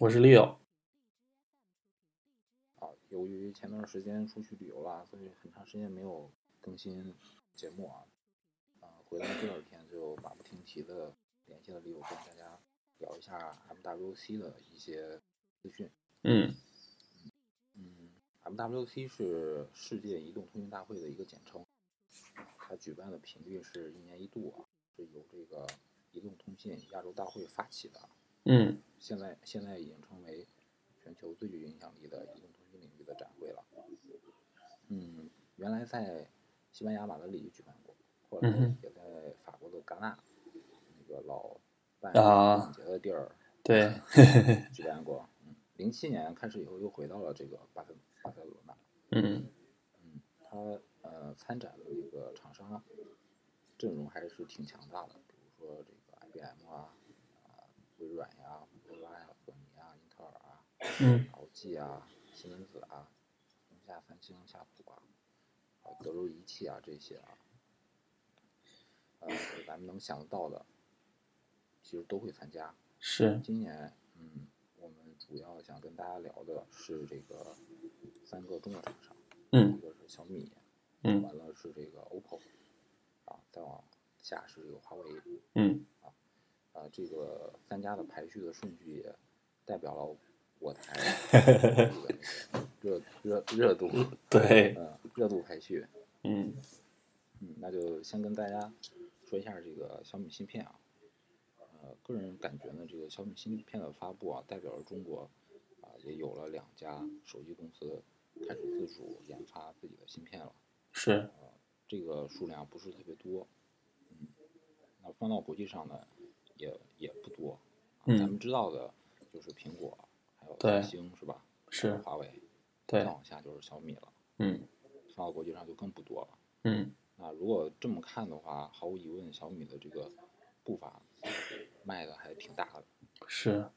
我是 Leo。啊，由于前段时间出去旅游了，所以很长时间没有更新节目啊。啊，回来第二天就马不停蹄的联系了 Leo，跟大家聊一下 MWC 的一些资讯。嗯嗯，MWC 是世界移动通讯大会的一个简称，它举办的频率是一年一度啊，是由这个移动通信亚洲大会发起的。啊嗯现在现在已经成为全球最具影响力的移动通讯领域的展会了。嗯，原来在西班牙马德里举办过，后来嗯哼也在法国的戛纳那个老办啊音节的地儿对， 举办过。嗯，零七年开始以后又回到了这个巴塞巴塞罗那。嗯嗯，他呃参展的那个厂商啊，阵容还是挺强大的，比如说这个 IBM 啊、啊微软呀、摩托罗拉呀、索尼啊、英特尔啊、嗯老纪啊、西门子啊、松下、三星、夏普啊、啊德州仪器啊这些啊，呃，咱们能想得到的，其实都会参加。是今年，嗯，我们主要想跟大家聊的是这个三个中国厂商，嗯一个是小米，嗯完了是这个 OPPO，啊，再往下是这个华为，嗯啊，这个三家的排序的顺序也代表了我台 热热热度，对嗯，热度排序，嗯嗯，那就先跟大家说一下这个小米芯片啊。呃，个人感觉呢，这个小米芯片的发布啊，代表了中国啊、也有了两家手机公司开始自主研发自己的芯片了。是这个数量不是特别多，嗯，那放到国际上呢，也也不多。啊嗯咱们知道的就是苹果，还有对三星是吧？还有是，华为，对再，往下就是小米了。嗯放到国际上就更不多了。嗯那如果这么看的话，毫无疑问，小米的这个步伐迈的还挺大的。是，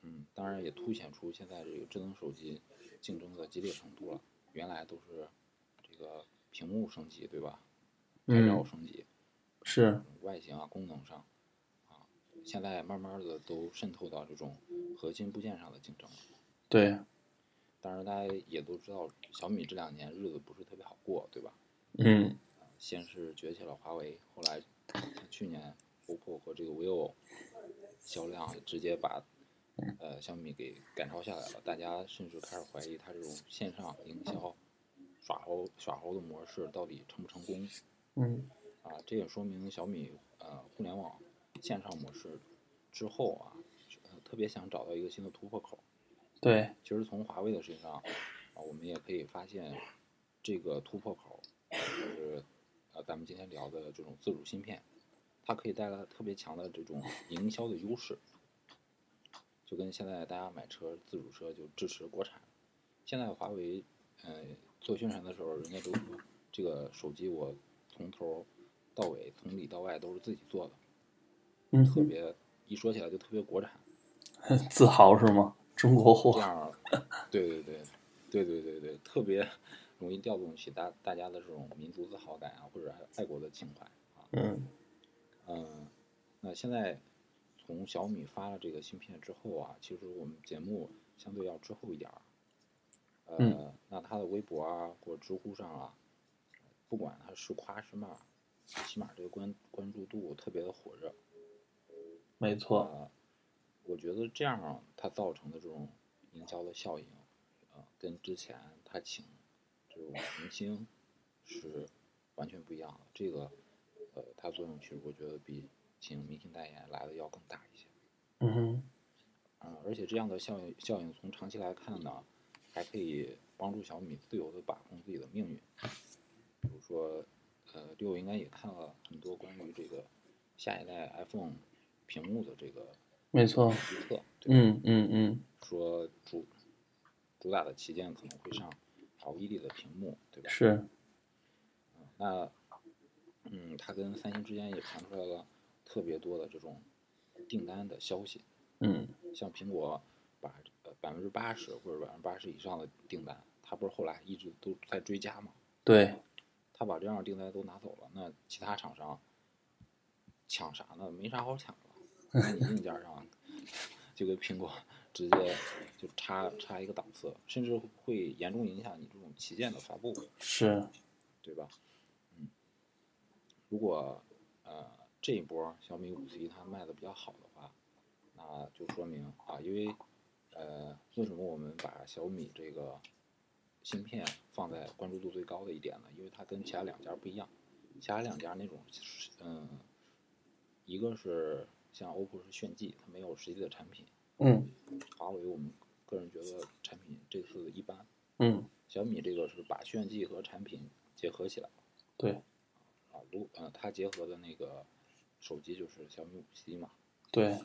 嗯，当然也凸显出现在这个智能手机竞争的激烈程度了。原来都是这个屏幕升级，对吧？拍照嗯升级，是，外形啊、功能上啊，现在慢慢的都渗透到这种核心部件上的竞争了。对，当然，大家也都知道，小米这两年日子不是特别好过，对吧？嗯先是崛起了华为，后来像去年 OPPO 和这个 vivo 销量直接把呃小米给赶超下来了，大家甚至开始怀疑它这种线上营销耍猴耍猴的模式到底成不成功。嗯啊，这也说明小米呃互联网线上模式之后啊，呃特别想找到一个新的突破口。对，其实从华为的身上啊，我们也可以发现这个突破口，就是呃咱们今天聊的这种自主芯片，它可以带来特别强的这种营销的优势。就跟现在大家买车自主车就支持国产，现在华为呃做宣传的时候，人家都说这个手机我从头到尾从里到外都是自己做的，嗯特哼，别一说起来就特别国产。自豪是吗？中这国货，样儿，对对对，对对对对，特别容易调动起大大家的这种民族自豪感啊，或者爱爱国的情怀啊。嗯嗯，那现在从小米发了这个芯片之后啊，其实我们节目相对要滞后一点儿。呃，嗯那他的微博啊或者知乎上啊，不管他是夸是骂，起码这个关关注度特别的火热。没错，呃，我觉得这样啊它造成的这种营销的效应，呃，跟之前他请这种明星是完全不一样的。这个，呃，它作用其实我觉得比请明星代言来的要更大一些。嗯哼，嗯、而且这样的效应效应从长期来看呢，还可以帮助小米自由的把控自己的命运。比如说，呃，六应该也看了很多关于这个下一代 iPhone 屏幕的这个没错，预测，对吧嗯嗯嗯，说主主打的旗舰可能会上 LED 的屏幕，对吧？是，那嗯，它跟三星之间也传出来了特别多的这种订单的消息，嗯像苹果把呃百分之八十或者百分之八十以上的订单，它不是后来一直都在追加吗？对，它把这样的订单都拿走了，那其他厂商抢啥呢？没啥好抢的，那你硬件上啊就跟苹果直接就差差一个档次，甚至会严重影响你这种旗舰的发布，是，对吧？嗯，如果呃这一波小米五 C 它卖的比较好的话，那就说明啊，因为呃为什么我们把小米这个芯片放在关注度最高的一点呢？因为它跟其他两家不一样，其他两家那种嗯、一个是像 OPPO 是炫技，它没有实际的产品；嗯华为我们个人觉得产品这次一般，嗯，小米这个是把炫技和产品结合起来。对啊，如呃，它结合的那个手机就是小米五 C 嘛，对，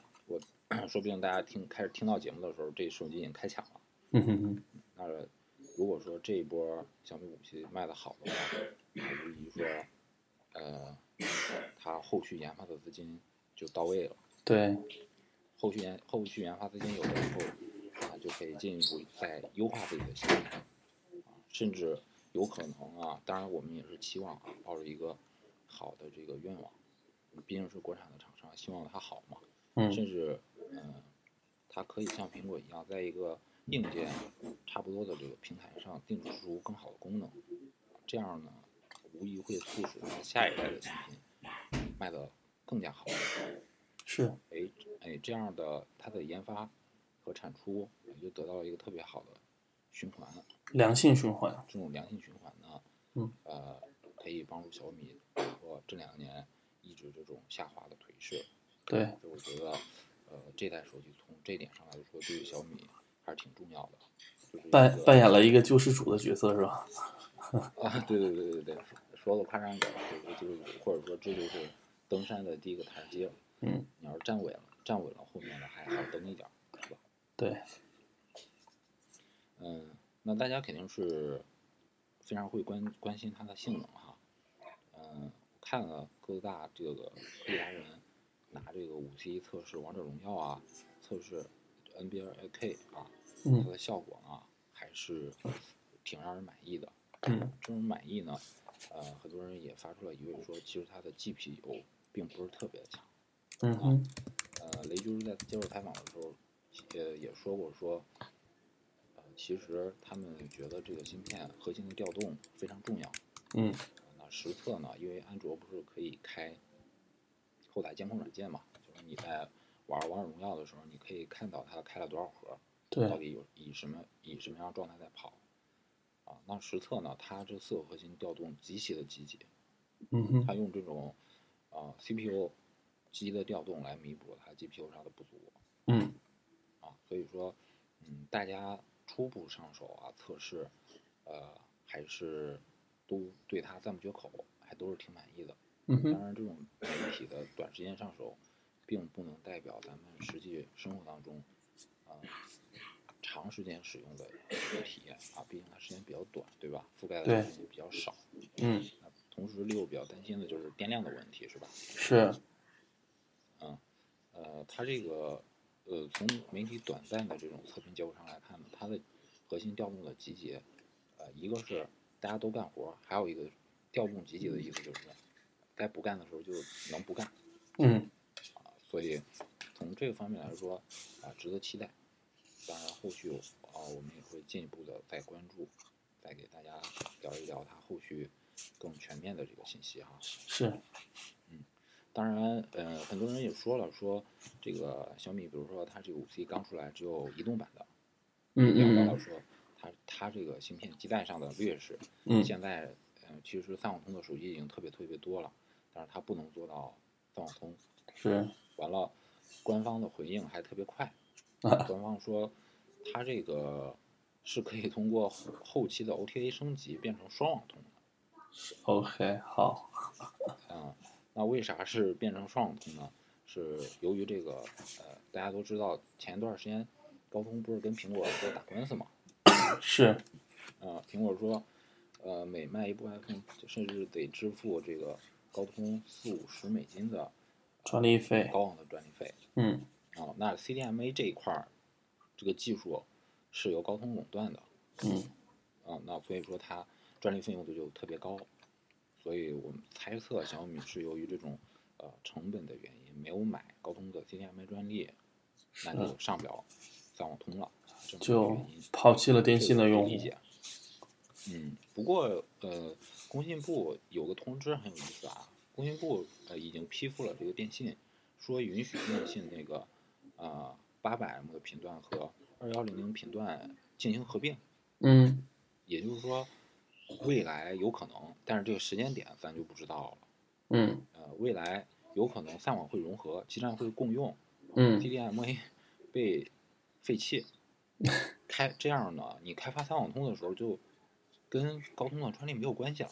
说不定大家听开始听到节目的时候，这手机已经开抢了。嗯哼哼，那如果说这一波小米五 C 卖的好的话，那无疑说，呃，它后续研发的资金就到位了。对，后续研后续研发资金有了以后，啊，就可以进一步再优化自己的系统，啊，甚至有可能啊，当然我们也是期望啊，抱着一个好的这个愿望，毕竟是国产的厂商，希望它好嘛，嗯甚至嗯、呃它可以像苹果一样，在一个硬件差不多的这个平台上定制出更好的功能，这样呢，无疑会促使它下一代的产品卖得更加好。是，哎哎，这样的它的研发和产出也就得到了一个特别好的循环，良性循环，这种良性循环呢，嗯，呃，可以帮助小米打破这两年一直这种下滑的颓势。对，所以我觉得，呃，这代手机从这点上来说，对于小米还是挺重要的。就是一扮个扮演了一个救世主的角色是吧？啊， 对对对对对，说的夸张一点，就是就是或者说这就是登山的第一个台阶。嗯，你要是站稳了，站稳了，后面的还好登一点儿，是吧？对，嗯，那大家肯定是非常会关关心它的性能哈。嗯，看了各大这个科技达人拿这个五 C 测试《王者荣耀》啊，测试 NBA 2K 啊，它嗯的效果啊还是挺让人满意的。嗯这种满意呢，呃，很多人也发出了疑问说，其实它的 GPU 并不是特别的强。嗯哼，呃，雷军在接受采访的时候，呃，也说过说，呃，其实他们觉得这个芯片核心的调动非常重要。呃嗯那实测呢，因为安卓不是可以开后台监控软件嘛，就是你在玩王者荣耀的时候，你可以看到它开了多少盒，到对，底有以什么以什么样的状态在跑。啊，那实测呢，它这次核心调动极其的积极，嗯哼，它用这种呃 CPU 机的调动来弥补它 GPU 上的不足。嗯啊，所以说，嗯，大家初步上手啊测试，呃，还是都对它赞不绝口，还都是挺满意的。嗯当哼，然，这种媒体的短时间上手，并不能代表咱们实际生活当中，呃，长时间使用的一个体验啊，毕竟它时间比较短，对吧？覆盖对的时间比较少。嗯那同时，六比较担心的就是电量的问题，是吧？是，呃，它这个呃，从媒体短暂的这种测评结果上来看呢，它的核心调动的集结，呃，一个是大家都干活，还有一个调动集结的意思就是，该不干的时候就能不干嗯啊。所以从这个方面来说，啊、值得期待。当然，后续啊、我们也会进一步的再关注，再给大家聊一聊它后续更全面的这个信息哈。是，当然，呃，很多人也说了，说这个小米，比如说它这个五 C 刚出来，只有移动版的，嗯也聊嗯到嗯说它它这个芯片基带上的劣势，嗯现在呃，其实三网通的手机已经特别特别多了，但是它不能做到三网通。是，完了，官方的回应还特别快， 啊官方说它这个是可以通过后后期的 OTA 升级变成双网通的。 ，OK，好，啊，那为啥是变成双网通呢？是由于这个呃，大家都知道前一段时间高通不是跟苹果在打官司嘛？是，啊，苹果说，呃，每卖一部 iPhone 甚至得支付这个高通四五十美金的专利费，高昂的专利费嗯啊。那 CDMA 这一块儿，这个技术是由高通垄断的嗯啊，那所以说它专利费用度就特别高，所以我们猜测小米是由于这种呃成本的原因，没有买高通的 CDMA 专利，那就上不了三网通了，啊这么一个就原因抛弃了电信的用理户。解。嗯，不过呃，工信部有个通知很有意思啊，工信部呃已经批复了这个电信，说允许电信那个呃八百 M 的频段和二幺零零频段进行合并，嗯也就是说未来有可能，但是这个时间点咱就不知道了。嗯呃，未来有可能散网会融合，基站会共用嗯， ，TDMA 被废弃，开这样呢，你开发三网通的时候就跟高通的专利没有关系了，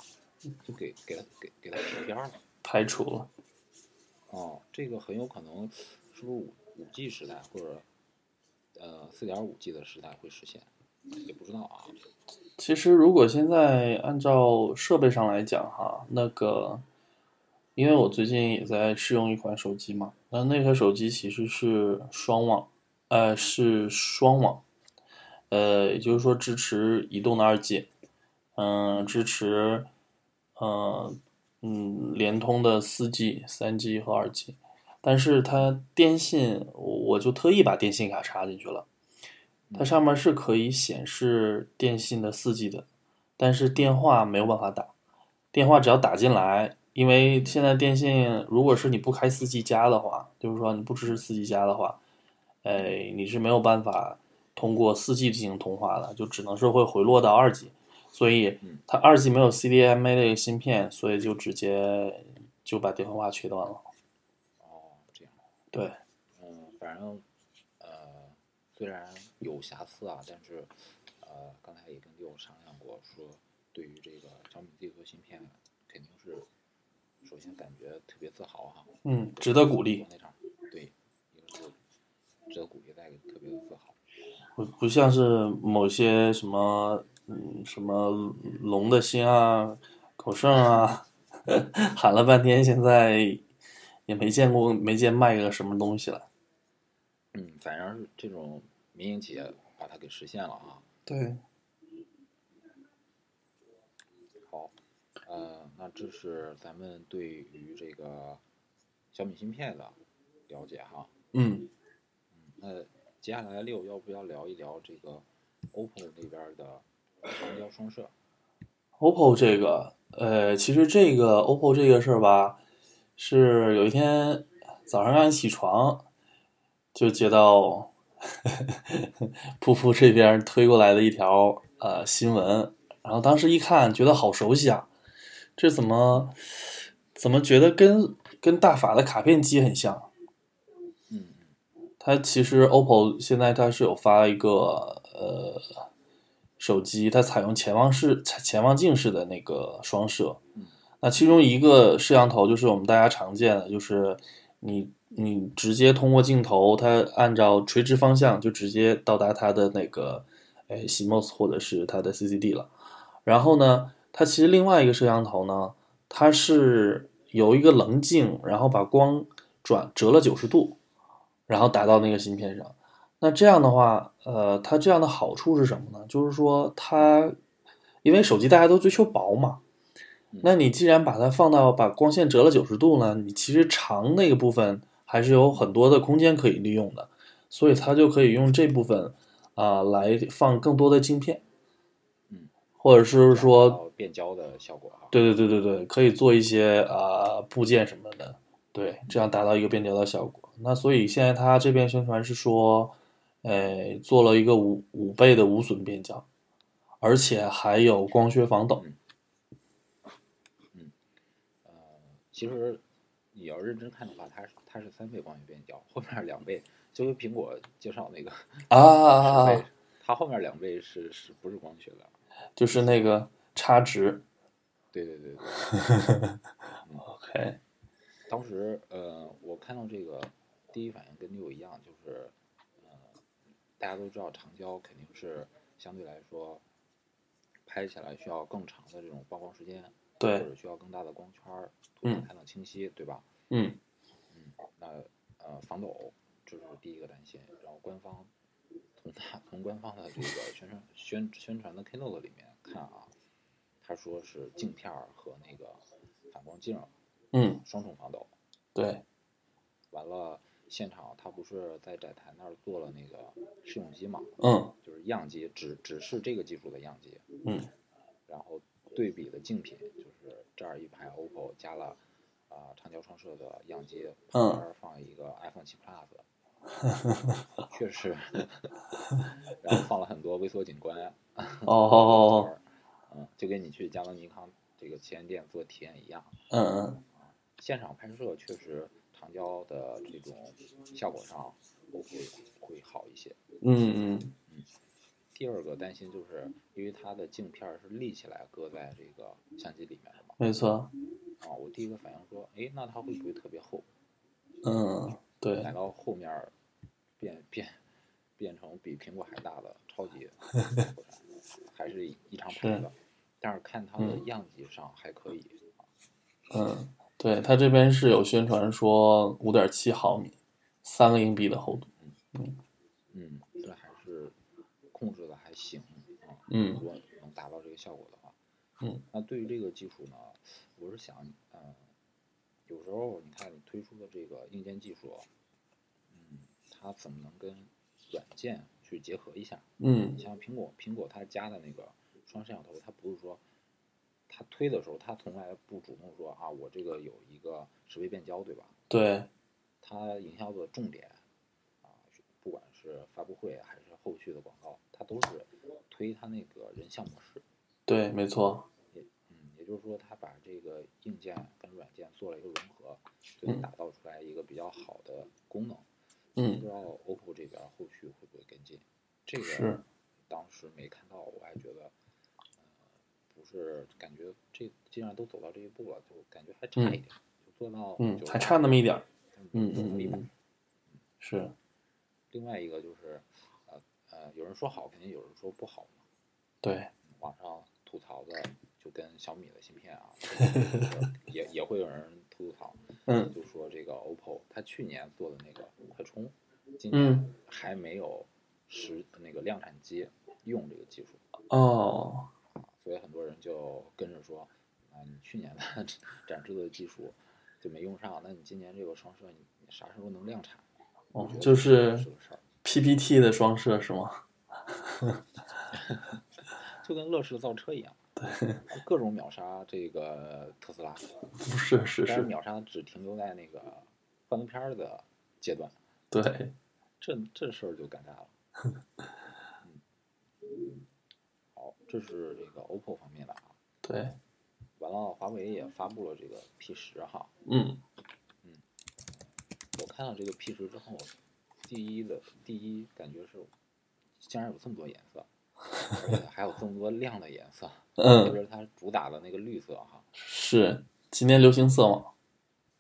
就给给它给给它撇边儿了。排除了。哦，这个很有可能是不是五五 G 时代或者呃四点五 G 的时代会实现，也不知道啊。其实，如果现在按照设备上来讲，哈，那个，因为我最近也在试用一款手机嘛，那那台手机其实是双网，呃，是双网，呃，也就是说支持移动的二 G，嗯、支持，呃，嗯，联通的四 G、三 G 和二 G，但是它电信，我我就特意把电信卡插进去了。它上面是可以显示电信的四 G 的，但是电话没有办法打。电话只要打进来，因为现在电信如果是你不开四 G 加的话，就是说你不支持四 G 加的话，哎，你是没有办法通过四 G 进行通话的，就只能是会回落到二 G。所以嗯它二 G 没有 CDMA 的一个芯片，所以就直接就把电话切断了。哦，这样。对，嗯，反正呃，虽然有瑕疵啊，但是呃，刚才也跟六商量过，说对于这个小米 Z 核芯片，肯定是首先感觉特别自豪哈、嗯，值得鼓励。那场对，一个是值得鼓励，再一个特别的自豪。不不像是某些什么嗯什么龙的心啊、狗剩啊， 喊了半天，现在也没见过没见卖个什么东西来。嗯，反正是这种民营企业把它给实现了啊。对，好，呃，那这是咱们对于这个小米芯片的了解哈、嗯，那呃接下来六要不要聊一聊这个 OPPO 那边的长焦双摄？ OPPO 这个，呃，其实这个 OPPO 这个事儿吧，是有一天早上刚起床，就接到 噗噗这边推过来的一条呃新闻，然后当时一看，觉得好熟悉啊，这怎么怎么觉得跟跟大法的卡片机很像？嗯嗯它其实 OPPO 现在它是有发一个呃手机，它采用潜望式、潜潜望镜式的那个双摄嗯。那其中一个摄像头就是我们大家常见的，就是你你直接通过镜头，它按照垂直方向就直接到达它的那个呃 CMOS 或者是它的 CCD 了。然后呢，它其实另外一个摄像头呢，它是有一个棱镜，然后把光转折了九十度，然后打到那个芯片上。那这样的话，呃，它这样的好处是什么呢？就是说它，因为手机大家都追求薄嘛，那你既然把它放到把光线折了九十度呢，你其实长那个部分还是有很多的空间可以利用的，所以它就可以用这部分啊、来放更多的镜片，嗯，或者是说达到变焦的效果啊哈、对对对对对，可以做一些啊、呃部件什么的，对，这样达到一个变焦的效果。那所以现在它这边宣传是说，呃，做了一个五五倍的无损变焦，而且还有光学防抖。呃，其实你要认真看的话，它是它是三倍光学变焦，后面两倍就跟苹果介绍那个啊十啊啊倍，！它后面两倍是是不是光学的？就是那个差值。对对 对对。 OK，当时呃，我看到这个第一反应跟六一样，就是呃，大家都知道长焦肯定是相对来说拍起来需要更长的这种曝光时间，或对，者需要更大的光圈儿，图片才能清晰，对吧？嗯嗯，那呃防抖这是第一个担心，然后官方从他从官方的这个宣传宣宣传的 Keynote 里面看啊，他说是镜片儿和那个反光镜儿嗯，双重防抖。对，完了，现场他不是在展台那儿做了那个试用机嘛，嗯就是样机，只只是这个技术的样机，嗯，然后对比的竞品就是这儿一排 OPPO 加了啊、呃长焦双摄的样机，嗯旁边放一个 iPhone 七 Plus，确 实，然后放了很多微缩景观，哦哦哦，哦，嗯，就跟你去佳能、尼康这个旗舰店做体验一样，嗯嗯现场拍摄确实长焦的这种效果上 OPPO 会好一些。嗯嗯，第二个担心就是因为它的镜片儿是立起来搁在这个相机里面的嘛，没错，啊，我第一个反应说，哎，那它会不会特别厚？嗯对买，到后面儿变变变成比苹果还大的超 级火柴，还是一张牌是子，但是看它的嗯样机上还可以，啊嗯对，它这边是有宣传说五点七毫米，三个硬币的厚度，嗯，这还是控制的还行啊。嗯如果能达到这个效果的话，嗯，那对于这个技术呢，我是想，嗯，有时候你看你推出的这个硬件技术，嗯，它怎么能跟软件去结合一下？嗯你像苹果，苹果它加的那个双摄像头，它不是说。它推的时候，它从来不主动说啊，我这个有一个十倍变焦，对吧？对，它营销的重点啊，不管是发布会还是后续的广告，它都是推它那个人像模式。对，没错，嗯，也就是说，它把这个硬件跟软件做了一个融合，就能嗯打造出来一个比较好的功能。不嗯知道 OPPO 这边后续会不会跟进？这是个当时没看到，我还觉得，呃，不是感觉这既然都走到这一步了，就感觉还差一点，就做到嗯98还差那么一点儿，嗯嗯嗯一嗯百嗯，是另外一个就是，呃呃，有人说好，肯定有人说不好嘛。对，网上吐槽的就跟小米的芯片 啊，也也会有人吐槽，嗯就说这个 OPPO 它去年做的那个快充，今年嗯还没有实那个量产机用这个技术，啊哦，所以很多人就跟着说，啊，你去年的 展示的技术就没用上，那你今年这个双摄你你啥时候能量产？我哦觉得就这个是是个事儿。 PPT 的双摄是吗？就跟乐视造车一样，各种秒杀这个特斯拉，不是，是但是是，秒杀只停留在那个幻灯片儿的阶段，对，这这事儿就尴尬了。嗯，好，这是这个 OPPO 方面的啊。对，完了，华为也发布了这个 P 十哈，嗯我看到这个 P 十之后，第一的第一感觉是，竟然有这么多颜色，而且还有这么多亮的颜色，特嗯别是它主打的那个绿色哈，是，今年流行色嘛？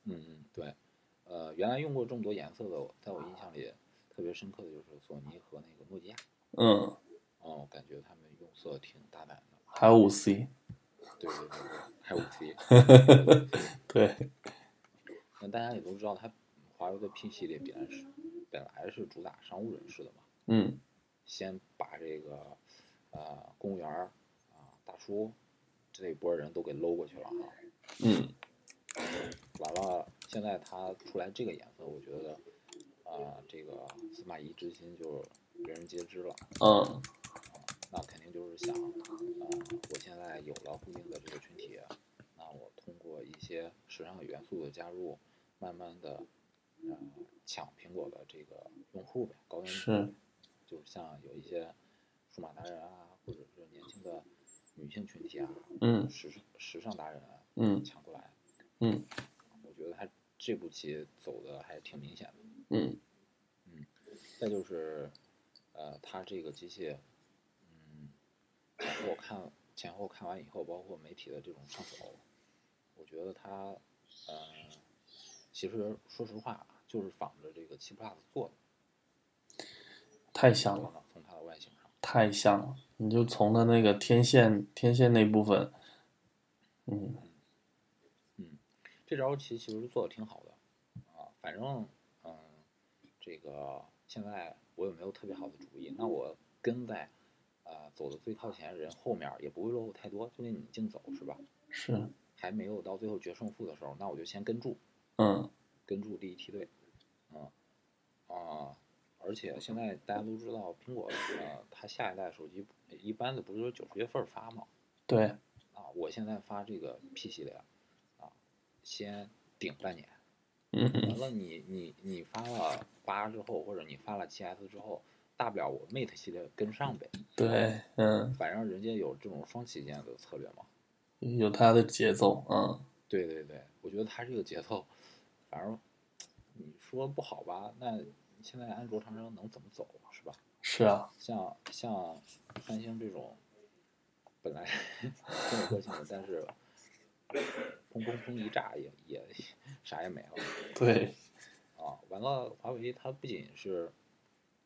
嗯嗯，对，呃，原来用过这么多颜色的，我在我印象里特别深刻的就是索尼和那个诺基亚，嗯，哦，我感觉他们用色挺大胆的，还有五 C，对对对对，还有五 C，对，那大家也都知道，它华为的 P 系列必然是本来是主打商务人士的嘛，嗯先把这个呃公务员儿啊、大叔这一波人都给搂过去了啊，嗯完了，现在它出来这个颜色，我觉得，啊，这个司马懿之心就人人皆知了。嗯，那肯定就是想，啊，我现在有了固定的这个群体，那我通过一些时尚元素的加入，慢慢的，呃，抢苹果的这个用户呗，高端用户是，就像有一些数码达人啊，或者是年轻的女性群体啊，嗯时时尚达人啊，嗯抢过来，嗯我觉得他这步棋走的还挺明显的。嗯再就是，呃，它这个机械，嗯，前后看前后看完以后，包括媒体的这种上手，我觉得它，呃，其实说实话，啊就是仿着这个七 plus 做的，太像了，从从它的外形上，太像了，你就从它那个天线天线那部分，嗯这招棋其实做的挺好的，啊，反正，嗯，这个现在我也没有特别好的主意，那我跟在，呃，走的最靠前的人后面儿也不会落后太多，就跟你竞走是吧？是，还没有到最后决胜负的时候，那我就先跟住，嗯跟住第一梯队，嗯，啊，而且现在大家都知道，苹果呃，它下一代手机一般的不是九十月份儿发嘛？对，啊，我现在发这个 P 系列，啊，先顶半年，嗯嗯完了你你你发了八之后，或者你发了七 S 之后，大不了我 Mate 系列跟上呗。对，嗯，反正人家有这种双旗舰的策略嘛。有它的节奏，嗯，对对对，我觉得它这个节奏，反正你说不好吧，那现在安卓厂商能怎么走是吧？是啊，像像三星这种，本来 挺有个性的，但是 砰砰砰一炸也也 啥也没了。对，啊，完了，华为它不仅是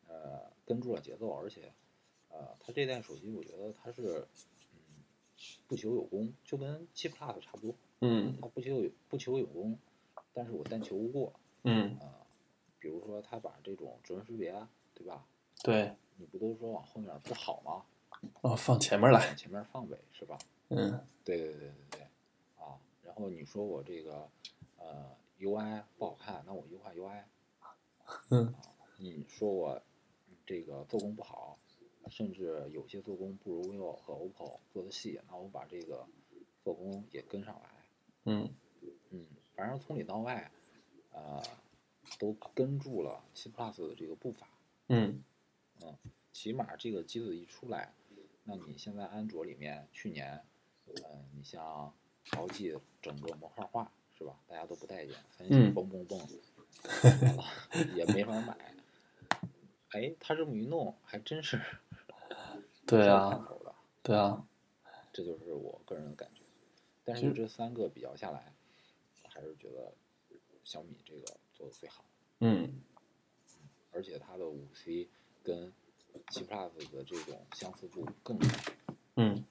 呃跟住了节奏，而且呃，它这代手机我觉得它是嗯不求有功，就跟七 Plus 差不多，嗯它不求有不求有功，但是我但求无过嗯，啊、比如说，它把这种指纹识别，啊对吧？对，你不都说往后面不好吗？哦，放前面来，往前面放呗，是吧？嗯对对对对对，啊，然后你说我这个呃 UI 不好看，那我优化 UI，嗯你说我这个做工不好，甚至有些做工不如 vivo 和 OPPO 做的细，那我把这个做工也跟上来。嗯，嗯，反正从里到外，呃，都跟住了七 Plus 的这个步伐。嗯起码这个机子一出来，那你现在安卓里面去年，呃，你像调剂整个模块化是吧？大家都不待见，三嗯星蹦蹦 蹦，完了也没法买。哎，他这么一弄，还真是挺对有看啊，头的，对啊，这就是我个人的感觉。但其是实这三个比较下来，我还是觉得小米这个做的最好。嗯而且它的五 C 跟七 Plus 的这种相似度更高，嗯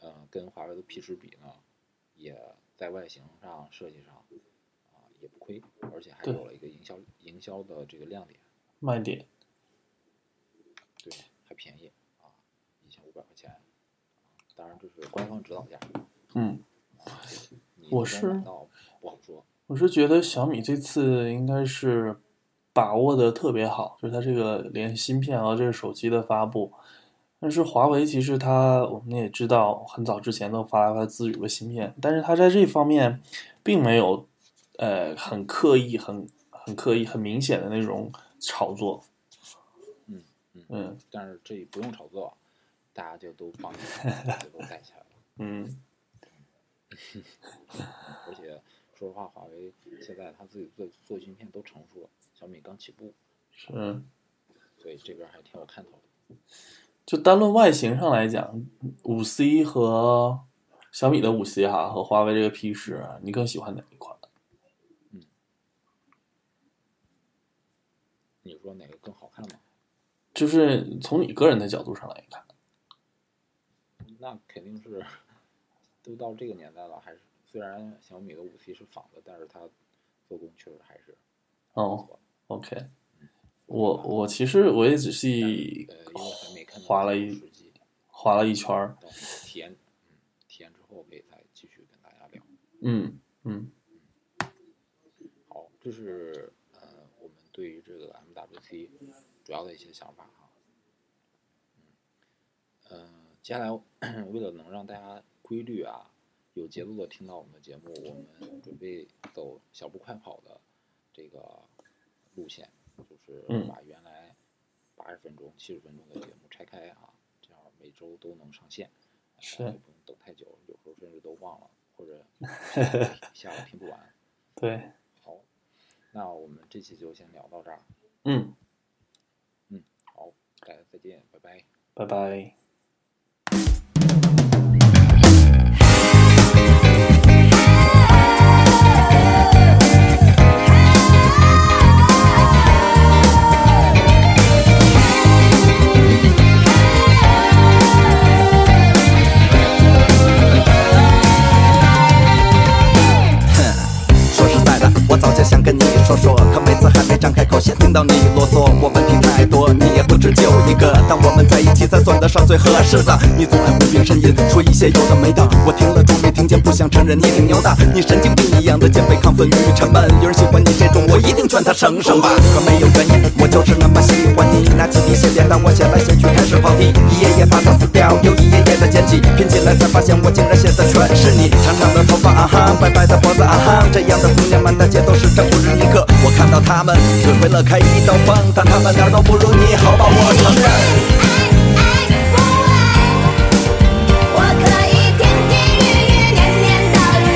呃，跟华为的 P 十比呢，也在外形上、设计上啊、也不亏，而且还对有了一个营销营销的这个亮点，卖点，对，还便宜啊，一千五百块钱，啊当然这是官方指导价，嗯。你我能不能是买到不好说，我是觉得小米这次应该是把握的特别好，就是它这个连芯片和这个手机的发布。但是华为其实它我们也知道，很早之前都发了它自主的芯片，但是它在这方面并没有呃很刻意、很很刻意、很明显的那种炒作。嗯嗯嗯但是这不用炒作，大家就都帮你就都带起来了。嗯而且说实话，华为现在他自己做做芯片都成熟了，小米刚起步，是。所以这边还挺有看头的。就单论外形上来讲，五 C 和小米的五 C 哈和华为这个 P 十，啊你更喜欢哪一款？你说哪个更好看吗？就是从你个人的角度上来看，那肯定是，都到这个年代了，还是虽然小米的五 C 是仿的，但是它做工确实还是不哦错的。 ，OK，我我其实我也仔细呃，因为还没看到划了这个一实际，划了一圈儿，等体验，嗯，体验之后可以再继续跟大家聊。嗯嗯好，这是呃我们对于这个 MWC 主要的一些想法哈。嗯，呃，接下来 为了能让大家规律啊、有节奏的听到我们的节目，我们准备走小步快跑的这个路线，就是嗯把原来八十分钟、七十分钟的节目拆开啊，这样每周都能上线，大是家也不用等太久，有时候甚至都忘了或 者一下午听不完。对，好，那我们这期就先聊到这儿。嗯，好，大家再见，拜拜。拜拜。说实在的，我早就想跟你说说，可每次还没张开口，先听听到你啰嗦，我问题太多，你也不只就一个。但我们在一起才算得上最合适的。你总爱无病呻吟，说一些有的没的，我听了终于听见，不想承认你挺牛的。你神经病一样的减肥、亢奋与沉闷，有人喜欢你这种，我一定劝他省省吧。可没有原因，我就是那么喜欢你。拿起一些点，但我写来写去开始跑题，一页页把它撕掉，又一页页的捡起，拼起来才发现我竟然写的全是你。长长的头发啊哈，白白的脖子啊哈，这样的姑娘满大街都是，这不是一个。我看到她们只会乐开一道锋，但她们哪儿都不如你，好吧，我承认。爱爱不爱，我可以天天日日年年都忍。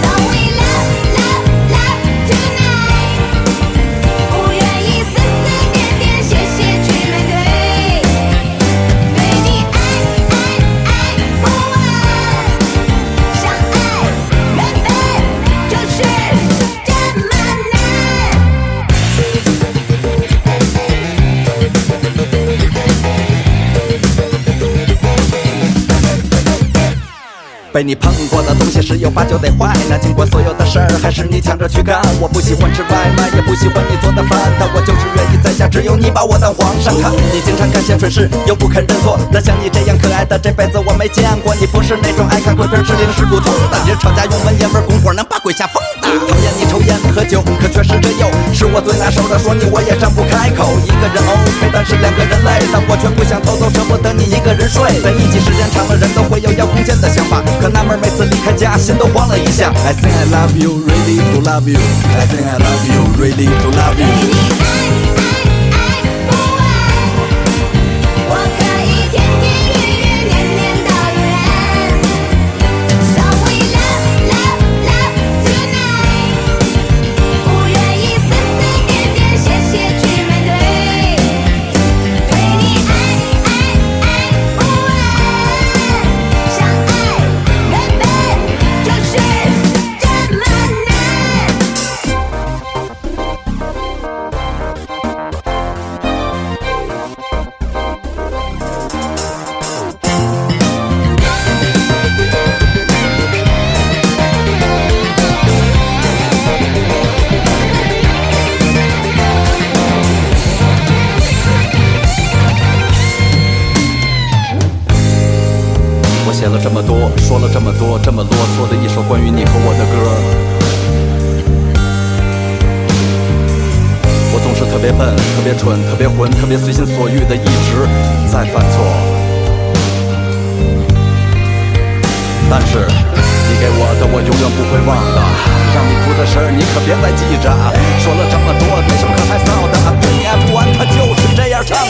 So we love love love tonight，不愿意思思念念谢谢去面对。对你爱爱爱不爱，相爱原本就是这么难。被你碰过的东西十有八九得坏那尽管所有的事儿还是你抢着去干。我不喜欢吃外卖，也不喜欢你做的饭，但我就是愿意在家只有你把我当皇上看。你经常干些蠢事又不肯认错，但像你这样可爱的这辈子我没见过。你不是那种爱看鬼片吃零食骨头的，人吵架用文言文拱火能把鬼吓疯的。讨厌你抽烟喝酒，可确实这又是我最拿手的，说你我也张不开口。一个人 OK，但是两个人累，但我却不想偷偷舍不得你一个人睡。在一起时间长了，人都会有要空间的想法。可那妹儿每次离开家，心都慌了一下。I think I love you, really do love you. I think I love you, really do love 对你爱爱爱不爱，you. 我可以天天日日年年都忍。So we love love love tonight，不愿意思思念念谢谢去面对。对你爱爱爱不爱，相爱原本就是这么难。我写了这么多，说了这么多，这么啰嗦的一首关于你和我的歌。我总是特别笨，特别蠢，特别混，特别随心所欲的，一直在犯错。但是你给我的，我永远不会忘的。让你哭的事儿，你可别再记着。说了这么多，这首歌还臊的，对你爱不完，它就是这样唱的。